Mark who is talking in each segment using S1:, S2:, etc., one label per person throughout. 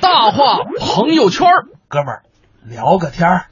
S1: 大话朋友圈儿，
S2: 哥们儿聊个天儿。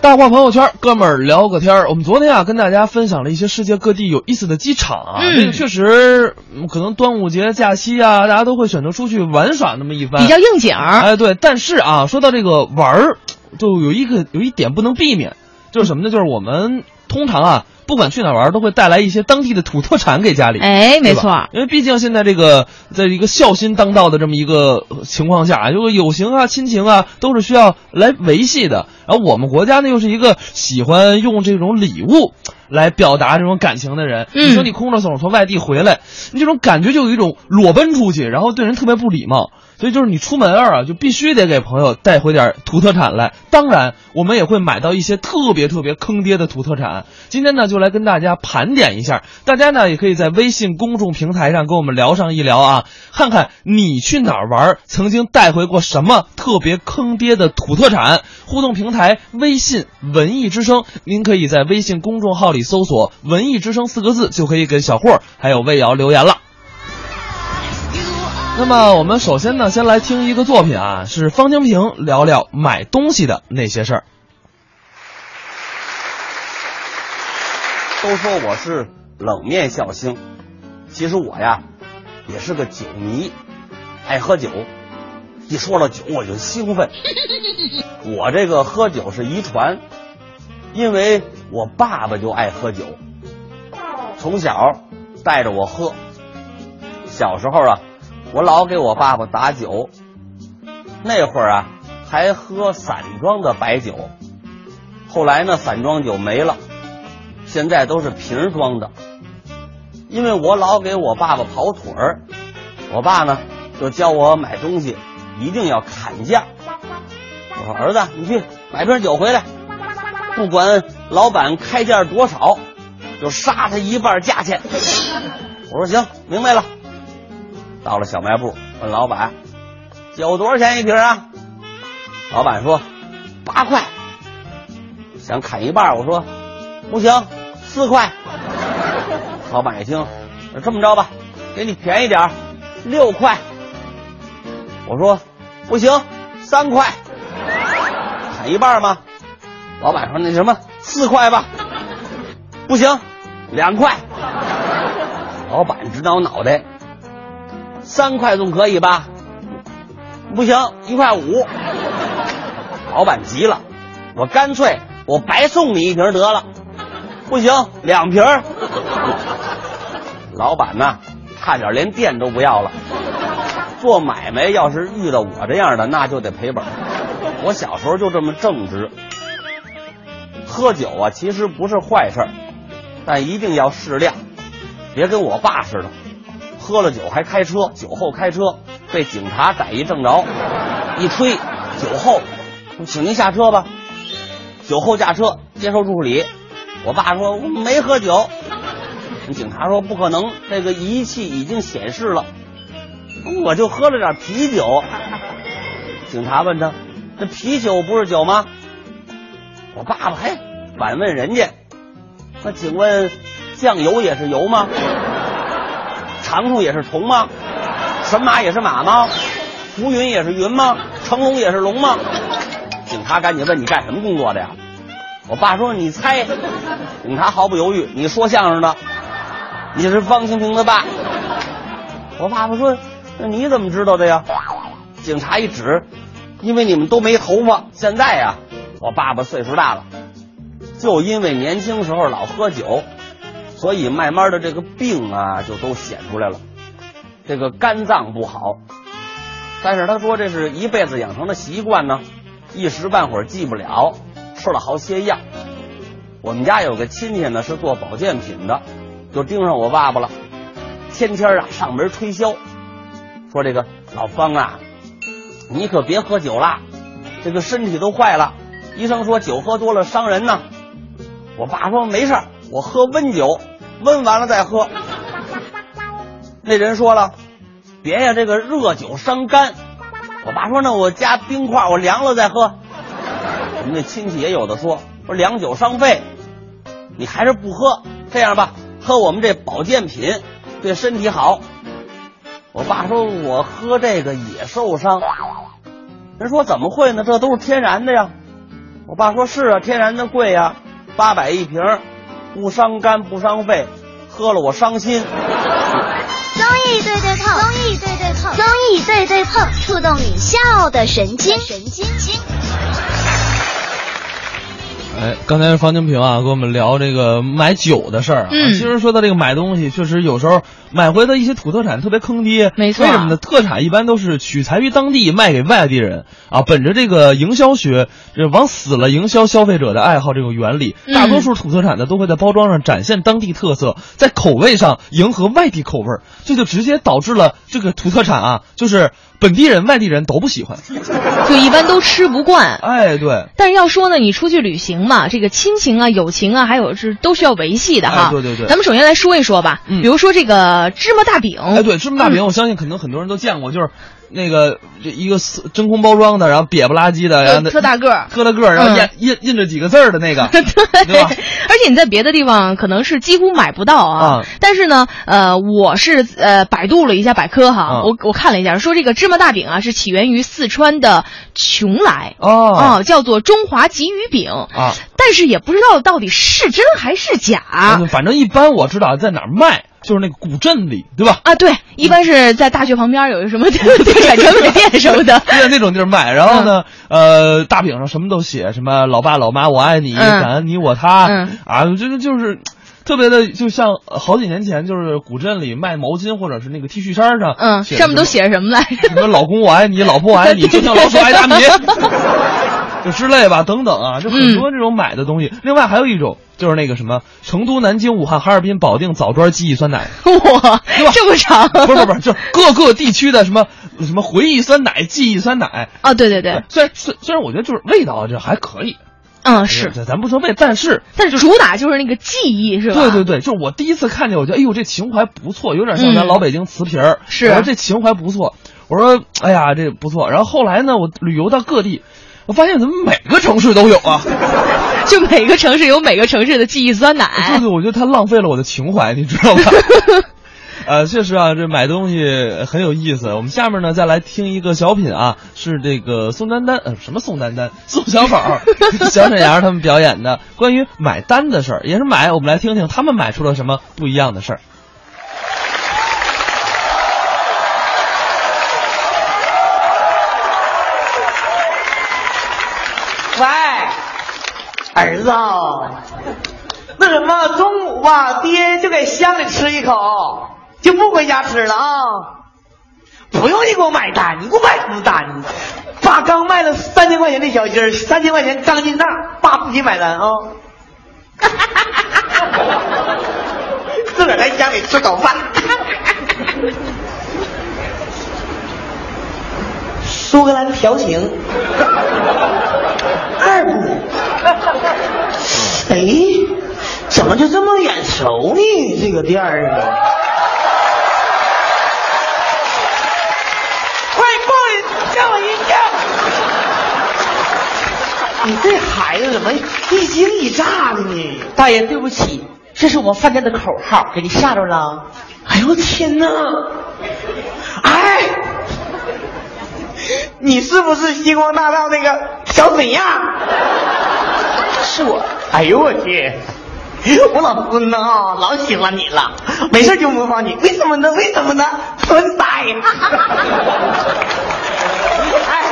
S1: 大话朋友圈儿，哥们儿聊个天儿。我们昨天啊，跟大家分享了一些世界各地有意思的机场啊，
S3: 嗯
S1: 这个确实嗯可能端午节假期啊，大家都会选择出去玩耍那么一番，
S3: 比较应景儿。
S1: 哎，对，但是啊，说到这个玩儿，就有一个有一点不能避免，就是什么呢？就是我们通常啊，不管去哪儿玩儿，都会带来一些当地的土特产给家里。
S3: 哎，没
S1: 对
S3: 错
S1: 吧
S3: 儿，
S1: 因为毕竟现在这个，在一个孝心当道的这么一个呃情况下，就是友情啊、亲情啊，都是需要来维系的。然后我们国家呢，又是一个喜欢用这种礼物来表达这种感情的人。你
S3: 嗯
S1: 说你空着手从外地回来，你这种感觉就有一种裸奔出去，然后对人特别不礼貌。所以就是你出门儿啊，就必须得给朋友带回点土特产来。当然，我们也会买到一些特别特别坑爹的土特产。今天呢，就来跟大家盘点一下，大家呢也可以在微信公众平台上跟我们聊上一聊啊，看看你去哪儿玩儿，曾经带回过什么特别坑爹的土特产。互动平台微信“文艺之声”，您可以在微信公众号里搜索“文艺之声”四个字，就可以给小霍儿还有魏瑶留言了。那么我们首先呢，先来听一个作品啊，是方清平聊聊买东西的那些事儿。
S4: 都说我是冷面小星，其实我呀也是个酒迷，爱喝酒。一说到酒我就兴奋。我这个喝酒是遗传，因为我爸爸就爱喝酒，从小带着我喝。小时候啊，我老给我爸爸打酒，那会儿啊还喝散装的白酒，后来呢散装酒没了。现在都是瓶装的。因为我老给我爸爸跑腿儿，我爸呢就教我买东西一定要砍价。我说儿子，你去买瓶酒回来，不管老板开价多少，就杀他一半价钱。我说行，明白了。到了小卖部，问老板酒多少钱一瓶啊？老板说八块。想砍一半，我说不行，四块。 老板一听，那这么着吧，给你便宜点儿，六块。我说不行，三块，砍一半吧。老板说那什么，四块吧。不行，两块。老板直挠脑袋，三块总可以吧？不行，一块五。老板急了，我干脆我白送你一瓶得了。不行，两瓶 儿。老板呐，差点连店都不要了。做买卖要是遇到我这样的，那就得赔本儿。我小时候就这么正直。喝酒啊，其实不是坏事儿，但一定要适量，别跟我爸似的，喝了酒还开车，酒后开车被警察逮一正着，一吹酒后，请您下车吧。酒后驾车接受处理。我爸说我没喝酒，警察说不可能，这个仪器已经显示了，我就喝了点啤酒。警察问他，这啤酒不是酒吗？我爸爸还反问人家，那请问酱油也是油吗？长虫也是虫吗？神马也是马吗？浮云也是云吗？成龙也是龙吗？警察赶紧问你干什么工作的呀？我爸说你猜。警察毫不犹豫，你说相声的，你是方清平的爸。我爸爸说，那你怎么知道的呀？警察一指，因为你们都没头发。现在呀、我爸爸岁数大了，就因为年轻时候老喝酒，所以慢慢的这个病啊就都显出来了，这个肝脏不好。但是他说这是一辈子养成的习惯呢，一时半会儿记不了，吃了好些药。我们家有个亲戚呢是做保健品的，就盯上我爸爸了，天天啊上门推销，说这个老方啊，你可别喝酒啦，这个身体都坏了。医生说酒喝多了伤人呢。我爸说没事儿，我喝温酒，温完了再喝。那人说了，别呀，这个热酒伤肝。我爸说那我加冰块，我凉了再喝。我们那亲戚也有的说，说凉酒伤肺，你还是不喝。这样吧，喝我们这保健品，对身体好。
S5: 我爸说我喝这个也受伤。人说怎么会呢？这都是天然的呀。我爸说是啊，天然的贵呀，八百一瓶，不伤肝不伤肺，喝了我伤心。
S6: 综艺对对碰，综艺对对碰，综艺对对碰，触动你笑的神经，神经经。
S1: 哎，刚才方清平啊，跟我们聊这个买酒的事儿、啊。
S3: 嗯
S1: 其实说到这个买东西，确实有时候买回的一些土特产特别坑爹。
S3: 没错
S1: 为什么呢？特产一般都是取材于当地，卖给外地人啊。本着这个营销学，这往死了营销消费者的爱好这种原理，
S3: 嗯
S1: 大多数土特产呢都会在包装上展现当地特色，在口味上迎合外地口味儿，这就直接导致了这个土特产啊，就是本地人、外地人都不喜欢。
S3: 就一般都吃不惯。
S1: 哎，对。
S3: 但是要说呢，你出去旅行嘛，这个亲情啊、友情啊，还有是都需要维系的哈。
S1: 哎对对对
S3: 咱们首先来说一说吧，
S1: 嗯
S3: 比如说这个芝麻大饼。
S1: 哎，对，芝麻大饼，我相信可能很多人都见过，就是那个这一个四真空包装的，然后瘪不拉几的，然后哎那
S3: 特大个儿
S1: 特大个儿，然后
S3: 嗯
S1: 印印印着几个字儿的那 个， 对吧？
S3: 而且你在别的地方可能是几乎买不到啊，
S1: 啊
S3: 但是呢，呃，我是呃百度了一下百科哈，
S1: 啊
S3: 我我看了一下，说这个芝麻大饼啊是起源于四川的邛崃，
S1: 哦
S3: 啊，叫做中华鲫鱼饼，
S1: 啊，
S3: 但是也不知道到底是真还是假
S1: 嗯反正一般我知道在哪儿卖，就是那个古镇里，对吧？
S3: 啊。对，一般是在大学旁边有一什么 地产专卖店什 么的。
S1: 就在那种地儿卖，然后呢，呃，大饼上什么都写，什么老爸老妈我爱你，
S3: 嗯
S1: 感恩你我他，
S3: 嗯
S1: 啊，就是就是。特别的，就像呃好几年前，就是古镇里卖毛巾或者是那个 T 恤衫上，
S3: 嗯，
S1: 写着
S3: 上面都
S1: 什么
S3: 写着什么来 着？
S1: 什么老公我爱你，老婆我爱你，就像老鼠爱大米，就之类吧，等等啊，就很多这种买的东西。另外还有一种就是那个什么，成都、南京、武汉、哈尔滨、保定、枣庄记忆酸奶，
S3: 哇
S1: 对吧，
S3: 这么长？
S1: 不是不 是不是，就是各个地区的什么什么回忆酸奶、记忆酸奶。
S3: 啊，对对对，
S1: 虽然虽虽然我觉得就是味道啊这还可以，
S3: 嗯是，
S1: 咱咱不说味，但是
S3: 但是主打就是那个记忆是吧？
S1: 对对对，就是我第一次看见，我觉得哎呦这情怀不错，有点像咱
S3: 嗯
S1: 老北京瓷瓶儿。
S3: 是
S1: 我说这情怀不错，我说哎呀这不错。然后后来呢，我旅游到各地，我发现怎么每个城市都有啊。
S3: 就每个城市有每个城市的记忆酸
S1: 对
S3: 奶。
S1: 对，我觉得它浪费了我的情怀，你知道吧？ 呃，确实啊，这买东西很有意思。我们下面呢，再来听一个小品啊，是这个宋丹丹，呃，什么宋丹丹，宋小宝、 小沈阳他们表演的关于买单的事儿，也是买。我们来听听他们买出了什么不一样的事儿。
S4: 喂，儿子，那什么，中午吧，爹就给乡里吃一口，就不回家吃了啊。不用你给我买单，你给我买什么单？爸刚卖了三千块钱的小鸡儿，三千块钱刚进账，爸自己买单啊。 自个儿在家里吃口饭。 苏格兰调情。二部。哎，怎么就这么眼熟呢？这个店儿啊！快过来，吓我一跳！你这孩子怎么一惊一乍的呢？大爷，对不起，这是我们饭店的口号，给你吓着了。哎呦我天哪！哎，你是不是星光大道那个小沈阳？是我。哎呦我去！我老孙子啊，老喜欢你了，没事就模仿你，为什么呢？为什么呢？孙呆！哎，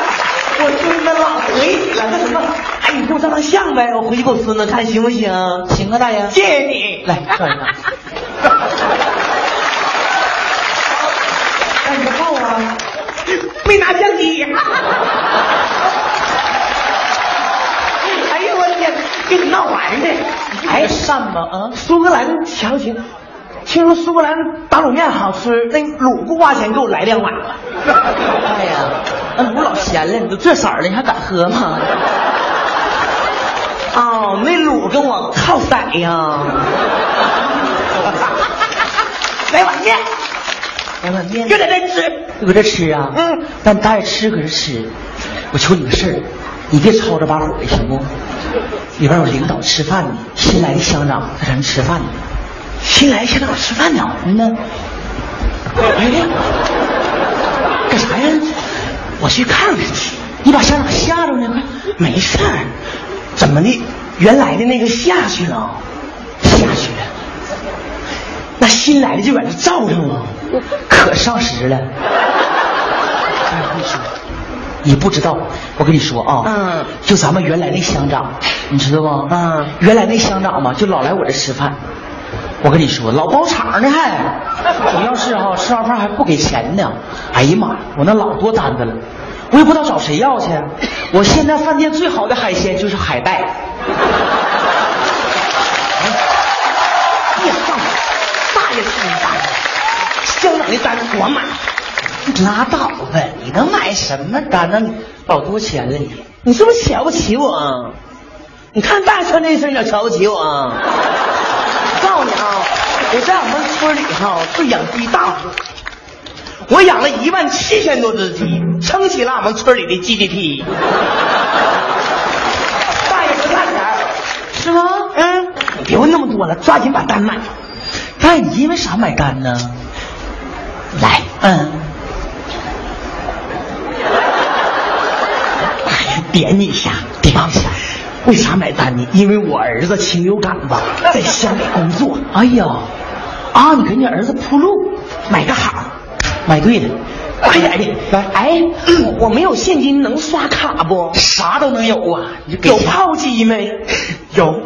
S4: 我孙子老得意了，那什么，哎，你给我照张相呗，我回去给我孙子看行不行？行啊，大爷，谢谢你，来照一张。哎，你看啊，没拿相机。哎呦我天，跟你闹玩呢！哎，善吧啊！苏格兰调情，听说苏格兰打卤面好吃，那卤不花钱，给我来两碗。哎呀，那卤老咸了，你都这色儿了，你还敢喝吗？哦，那卤跟我靠色呀！ 来碗面，来碗面，就在这吃，就搁这吃啊？嗯，但大爷吃搁这吃，我求你个事儿，你别吵着把火的行不？里边有领导吃饭呢，新来的乡长在咱吃饭呢，新来的乡长吃饭呢，嗯呢。哎呀，干啥呀？我去看看去。你把乡长吓着呢，快！没事儿，怎么的？原来的那个下去了，下去了。那新来的就在这罩上了，可上时了。哎我跟你说，你不知道，我跟你说啊，
S7: 嗯，
S4: 就咱们原来那乡长，你知道吗？
S7: 嗯
S4: 原来那乡长嘛，就老来我这吃饭。我跟你说，老包场呢还，主要是哈、吃完饭还不给钱呢。哎呀妈呀，我那老多单子了，我也不知道找谁要去。我现在饭店最好的海鲜就是海带。哎别放，大爷出大爷，乡长的单子我买。拉倒吧，你能买什么单呢？老多钱了你，你是不是瞧不起我啊？你看大爷穿这身，你老瞧不起我啊？我告诉你啊，我在我们村里哈、就养鸡大户，我养了一万七千多只鸡，撑起了我们村里的 GDP。大爷多大钱儿？是吗？嗯，别问那么多了，抓紧把单买。大爷，你因为啥买单呢？来，嗯。哎呀，点你一下，点你一下。为啥买单呢？因为我儿子禽流感 吧，在乡里工作。哎呀，啊，你给你儿子铺路，买个好，买对了。快点的，来！哎，我没有现金，能刷卡不？啥都能有啊！有炮击没？ 有，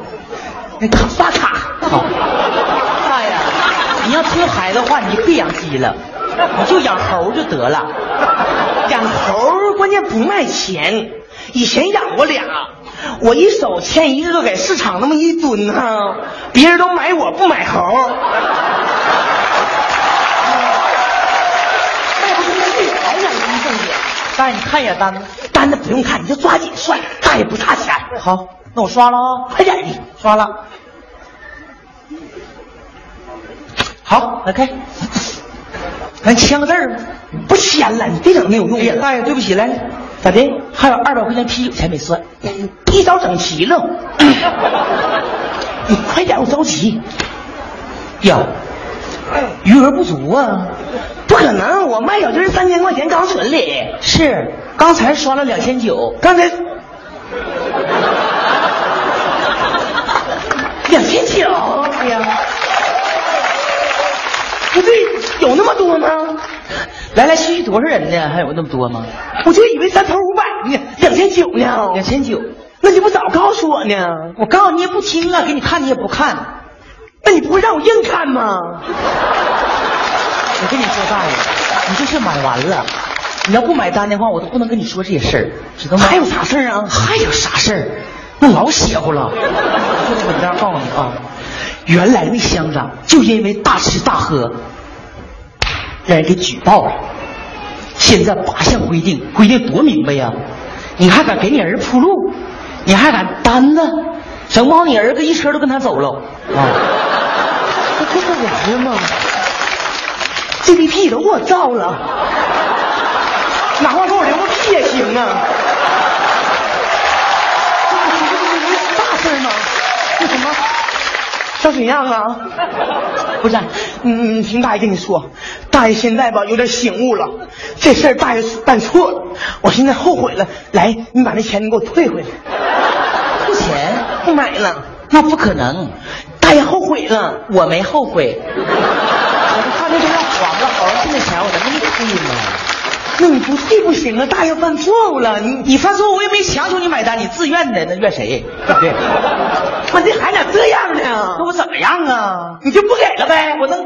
S4: 那卡刷卡。哎好，大爷，你要听孩子话，你就别养鸡了，你就养猴就得了。养猴儿关键不卖钱，以前养过俩，我一手牵一个，给市场那么一蹲哈、别人都买我不买猴儿。卖不出去，还想一挣钱。大爷，你看一眼单子，啊单子不用看，你就抓紧算。大爷不差钱。好，那我刷了啊、快点的，刷了。好，来开，咱签个字儿吧。不签了，你别整没有用的。大爷，对不起，来，咋的？还有二百块钱啤酒钱没算，一早整齐 了。你快点，我着急。呀，余额不足啊！不可能，我卖小鸡三千块钱刚存里。是，刚才刷了两千九，刚 才两千九，哎呀，不对，有那么多吗？来来去去多少人呢？还有那么多吗？我就以为三头五百呢，两千九呢，两千九，那你不早告诉我呢？我告诉你也不听啊，给你看你也不看，那你不会让我硬看吗？我跟你说，大爷，你这是买完了。你要不买单的话，我都不能跟你说这些事儿，知道吗？还有啥事儿啊？还有啥事儿？那老邪乎了。我就怎么着告诉你啊？原来那乡长就因为大吃大喝，让人给举报了。现在八项规定，规定多明白呀、你还敢给你儿子铺路，你还敢单子，整不好你儿子一车都跟他走了啊！这这不完了吗？GDP 都给我造了，哪怕给我留个屁也行啊！这不是这不是大事儿吗？那什么，像沈阳啊？不是，嗯，听大爷跟你说，大爷现在吧有点醒悟了，这事儿大爷办错了，嗯我现在后悔了。来，你把那钱你给我退回来。付钱？不买了？那不可能，大爷后悔了，我没后悔。我就看那都要黄了，好像进的钱，我能给你退吗？那你不退不行啊，大爷犯错误了，你你犯错误，我也没强求你买单，你自愿的，那怨谁？对，我这还咋这样呢？那我怎么样啊？你就不给了呗？我能。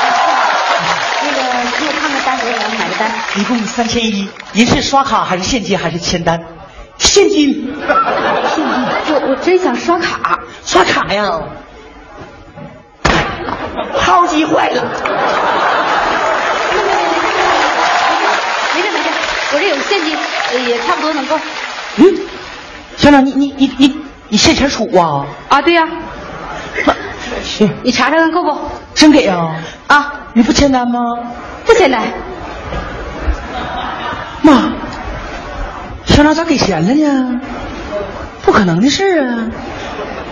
S7: 那个，给我看看单子，我买个单。
S4: 一共三千一，您是刷卡还是现金还是签单？现金，
S7: 我我真想刷卡。
S4: 刷卡呀。号机坏了，
S7: 没事没事，我这有现金，呃也差不多能够。
S4: 嗯，乡长，你你你你你现钱杵啊？
S7: 啊，对呀、
S4: 是，
S7: 你查查看够不？
S4: 真给啊？
S7: 啊，
S4: 你不签单吗？
S7: 不简单，
S4: 妈，乡长咋给钱了呢？不可能的事儿啊！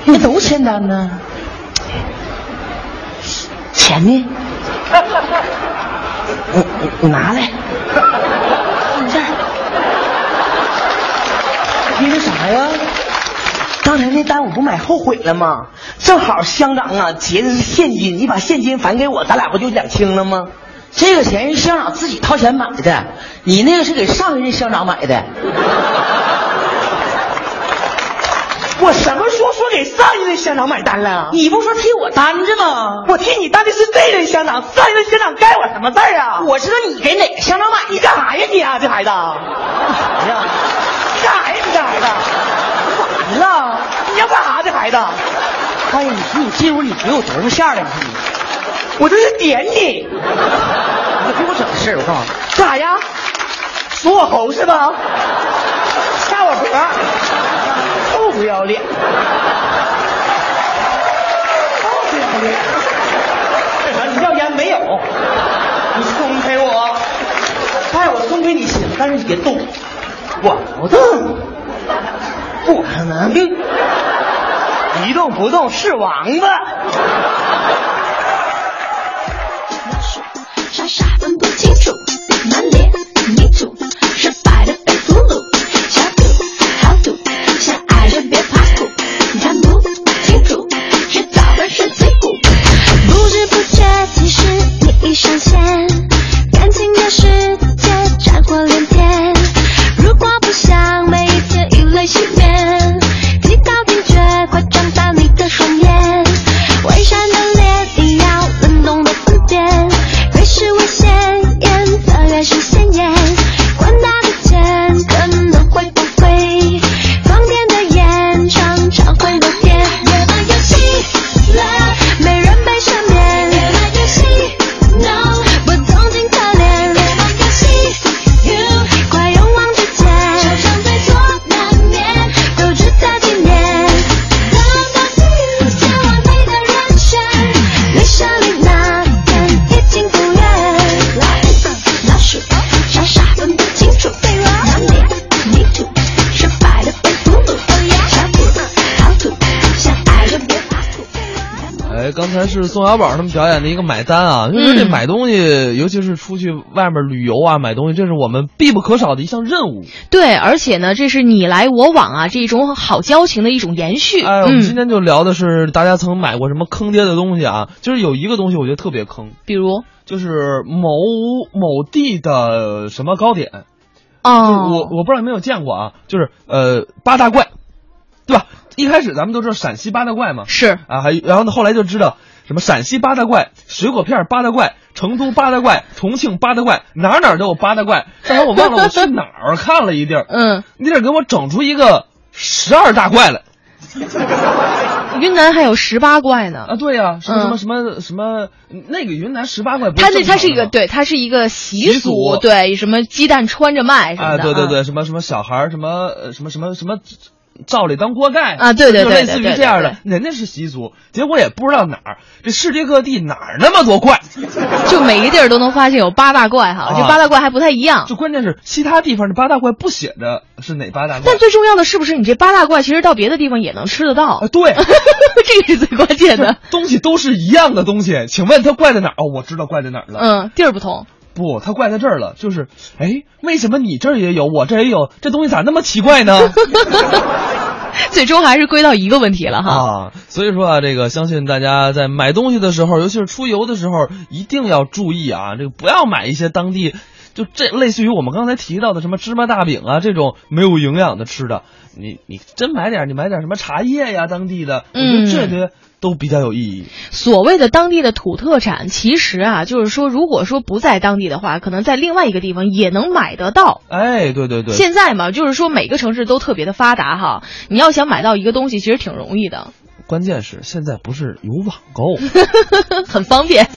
S4: 那都签单呢。钱 呢？你你你拿来，这儿。因为啥呀？刚才那单我不买后悔了吗？正好乡长啊结的是现金，你把现金返给我，咱俩不就两清了吗？这个钱是乡长自己掏钱买的，你那个是给上一任乡长买 的。我什么时候说给上一任乡长买单了？你不说替我担着吗？我替你担的是这任乡长，上一任乡长该我什么事儿啊？我知道你给哪个乡长买，你干啥呀你啊？这孩子，干啥呀？你干啥呀？你这孩子，完了，你要干啥？这孩子，哎呀，你说你这屋你给我多少馅儿了？啊你看你，我这是点你，你给我整事儿，我告诉你，干啥呀？说我猴是吧？吓我脖，臭不要脸，臭不要脸！这啥？你要烟没有？你送给我，哎，我送给你行，但是你别动，我不动，不可能，一动不动是王八。
S8: 傻傻分不清楚，满脸泥土，失败的被俘虏，小赌豪赌，相爱人别怕苦，看不清楚，迟早会是疾苦。
S6: 不知不觉，其实你已上线，感情的世界战火连天。如果不想每一天以泪洗面，提高警觉，快张大你的双眼。伪善的脸，你要能懂得分辨，越是危险，颜色越是鲜艳。管他的钱真的会不会，放电的眼常常会漏电。别玩游戏了。没人被赦免。别玩游戏，no，我痛尽可怜。别玩游戏，you，快勇往直前。受伤在所难免，都值得纪念。让大地向往你的人生，离胜利那天已经不远。
S8: 来老鼠傻傻分不清楚，满脸泥土，失败的被俘虏，小赌豪赌，相爱人别怕苦。
S1: 哎，刚才是宋小宝他们表演的一个买单啊，
S3: 嗯
S1: 就是这买东西，尤其是出去外面旅游啊，买东西，这是我们必不可少的一项任务。
S3: 对，而且呢，这是你来我往啊，这种好交情的一种延续。
S1: 哎，我们今
S3: 嗯，
S1: 天就聊的是大家曾买过什么坑爹的东西啊，就是有一个东西我觉得特别坑，
S3: 比如
S1: 就是某某地的什么糕点，就是我
S3: 哦，
S1: 我不知道你们有见过啊，就是呃八大怪，对吧？一开始咱们都知道陕西八大怪嘛，
S3: 是
S1: 啊，还然后呢，后来就知道什么陕西八大怪、水果片八大怪、成都八大怪、重庆八大怪，哪儿哪儿都有八大怪。但是我忘了我去哪儿看了一地儿，
S3: 嗯，
S1: 你得给我整出一个十二大怪来
S3: 云南还有十八怪呢。
S1: 啊！对呀、什么
S3: 嗯
S1: 什么什么什么，那个云南十八怪不是
S3: 它那
S1: 正常
S3: 它
S1: 的
S3: 是一个
S1: 吗。
S3: 对，它是一个习
S1: 习俗
S3: 对，什么鸡蛋穿着卖什么
S1: 啊，
S3: 的，
S1: 对对
S3: 啊，
S1: 对，什么什么小孩儿，什么呃什么什么什么，灶里当锅盖
S3: 啊对对
S1: 就
S3: 对
S1: 类似于
S3: 对对
S1: 这样的
S3: 对，
S1: 人家是习俗，结果也不知道哪儿，这世界各地哪儿那么多怪，
S3: 就每个地儿都能发现有八大怪哈，
S1: 啊
S3: 这八大怪还不太一样
S1: 就。关键是其他地方的八大怪不写着是哪八大怪
S3: 但，最重要的是不是你这八大怪其实到别的地方也能吃得到
S1: 啊，？对，
S3: 这个是最关键的。
S1: 东西都 是一样的东西，请问它怪在哪儿？哦，我知道怪在哪儿了。
S3: 嗯，地儿不同。
S1: 不，它怪在这儿了，就是，哎，为什么你这儿也有，我这儿也有，这东西咋那么奇怪呢？
S3: 最终还是归到一个问题了哈。
S1: 啊，所以说啊，这个相信大家在买东西的时候，尤其是出游的时候，一定要注意啊，这个不要买一些当地就这类似于我们刚才提到的什么芝麻大饼啊这种没有营养的吃的，你你真买点，你买点什么茶叶呀，当地的，我觉
S3: 嗯
S1: 得这些都比较有意义。
S3: 所谓的当地的土特产，其实啊，就是说，如果说不在当地的话，可能在另外一个地方也能买得到。
S1: 哎，对对对，
S3: 现在嘛，就是说每个城市都特别的发达哈，你要想买到一个东西，其实挺容易的，
S1: 关键是现在不是有网购。
S3: 很方便。